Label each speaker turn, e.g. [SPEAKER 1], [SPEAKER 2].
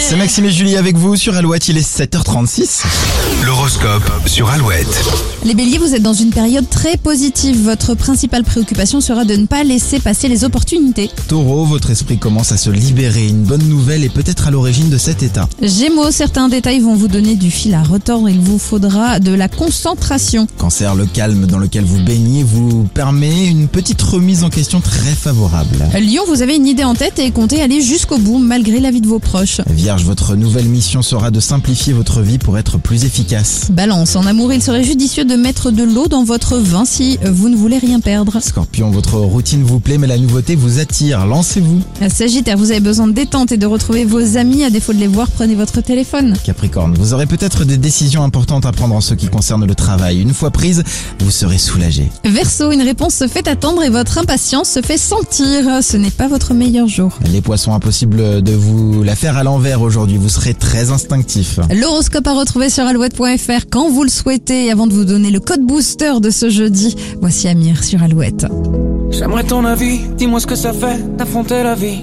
[SPEAKER 1] C'est Maxime et Julie avec vous sur Alouette, il est 7h36.
[SPEAKER 2] L'horoscope sur Alouette.
[SPEAKER 3] Les béliers, vous êtes dans une période très positive. Votre principale préoccupation sera de ne pas laisser passer les opportunités.
[SPEAKER 1] Taureau, votre esprit commence à se libérer, une bonne nouvelle est peut-être à l'origine de cet état.
[SPEAKER 3] Gémeaux, certains détails vont vous donner du fil à retordre. Il vous faudra de la concentration.
[SPEAKER 1] Cancer, le calme dans lequel vous baignez vous permet une petite remise en question très favorable.
[SPEAKER 3] Lyon, vous avez une idée en tête et comptez aller jusqu'au bout malgré l'avis de vos proches.
[SPEAKER 1] Vierge, votre nouvelle mission sera de simplifier votre vie pour être plus efficace.
[SPEAKER 3] Balance, en amour, il serait judicieux de mettre de l'eau dans votre vin si vous ne voulez rien perdre.
[SPEAKER 1] Scorpion, votre routine vous plaît mais la nouveauté vous attire, lancez-vous.
[SPEAKER 3] Sagittaire, vous avez besoin de détente et de retrouver vos amis. À défaut de les voir, prenez votre téléphone.
[SPEAKER 1] Capricorne, vous aurez peut-être des décisions importantes à prendre en ce qui concerne le travail. Une fois prise, vous serez soulagé.
[SPEAKER 3] Verseau, une réponse se fait attendre et votre impatience se fait sentir. Ce n'est pas votre meilleur jour.
[SPEAKER 1] Les poissons, impossible de vous la faire à l'envers aujourd'hui, vous serez très instinctif.
[SPEAKER 3] L'horoscope à retrouver sur alouette.fr quand vous le souhaitez. Et avant de vous donner le code booster de ce jeudi, voici Amir sur Alouette.
[SPEAKER 4] J'aimerais ton avis, dis-moi ce que ça fait d'affronter la vie.